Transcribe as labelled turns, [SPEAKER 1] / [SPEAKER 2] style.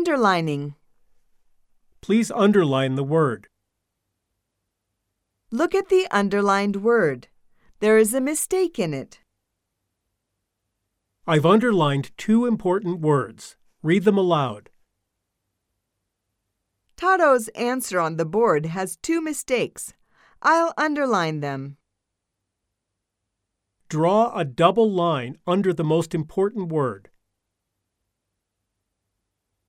[SPEAKER 1] Underlining.
[SPEAKER 2] Please underline the word.
[SPEAKER 1] Look at the underlined word. There is a mistake in it.
[SPEAKER 2] I've underlined two important words. Read them aloud.
[SPEAKER 1] Taro's answer on the board has two mistakes. I'll underline them.
[SPEAKER 2] Draw a double line under the most important word.